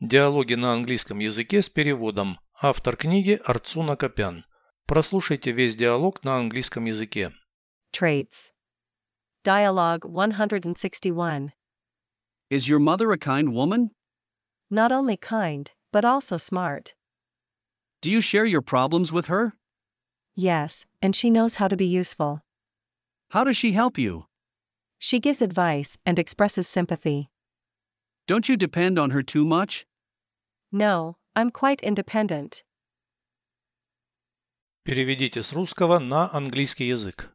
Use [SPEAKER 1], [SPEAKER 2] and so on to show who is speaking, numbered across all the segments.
[SPEAKER 1] Диалоги на английском языке с переводом. Автор книги Арцуна Копян. Прослушайте весь диалог на английском языке.
[SPEAKER 2] Traits. Dialogue 161.
[SPEAKER 3] Is your mother a kind woman?
[SPEAKER 2] Not only kind, but also smart.
[SPEAKER 3] Do you share your problems with her?
[SPEAKER 2] Yes, and she knows how to be useful.
[SPEAKER 3] How does she help you?
[SPEAKER 2] She gives advice and expresses sympathy.
[SPEAKER 3] Don't you depend on her too much?
[SPEAKER 2] No, I'm quite independent.
[SPEAKER 1] Переведите с русского на английский язык.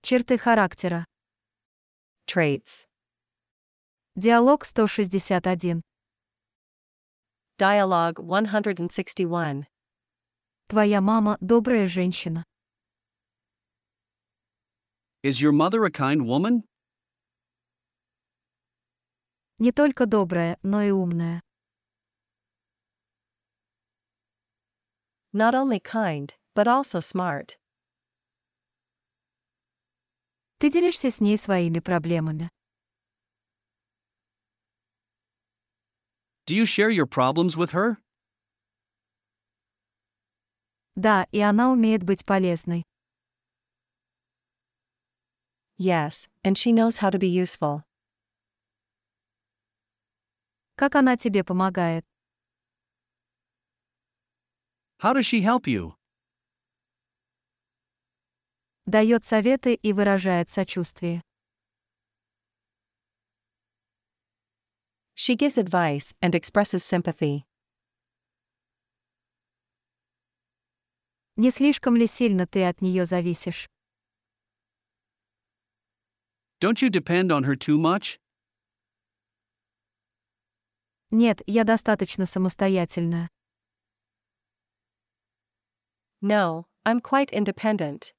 [SPEAKER 4] Черты характера.
[SPEAKER 2] Traits.
[SPEAKER 4] Диалог 161.
[SPEAKER 2] Dialogue 161.
[SPEAKER 4] Твоя мама добрая женщина.
[SPEAKER 3] Is your mother a kind woman?
[SPEAKER 4] Не только добрая, но и умная.
[SPEAKER 2] Not only kind, but also smart.
[SPEAKER 4] Ты делишься с ней своими проблемами.
[SPEAKER 3] Do you share your problems with her?
[SPEAKER 4] Да, и она умеет быть полезной.
[SPEAKER 2] Yes, and she knows how to be useful.
[SPEAKER 4] Как она тебе помогает?
[SPEAKER 3] How does she help you?
[SPEAKER 4] Дает советы и выражает сочувствие.
[SPEAKER 2] She gives advice and expresses sympathy.
[SPEAKER 4] Не слишком ли сильно ты от нее зависишь?
[SPEAKER 3] Don't you depend on her too much?
[SPEAKER 4] Нет, я достаточно самостоятельная.
[SPEAKER 2] No, I'm quite independent.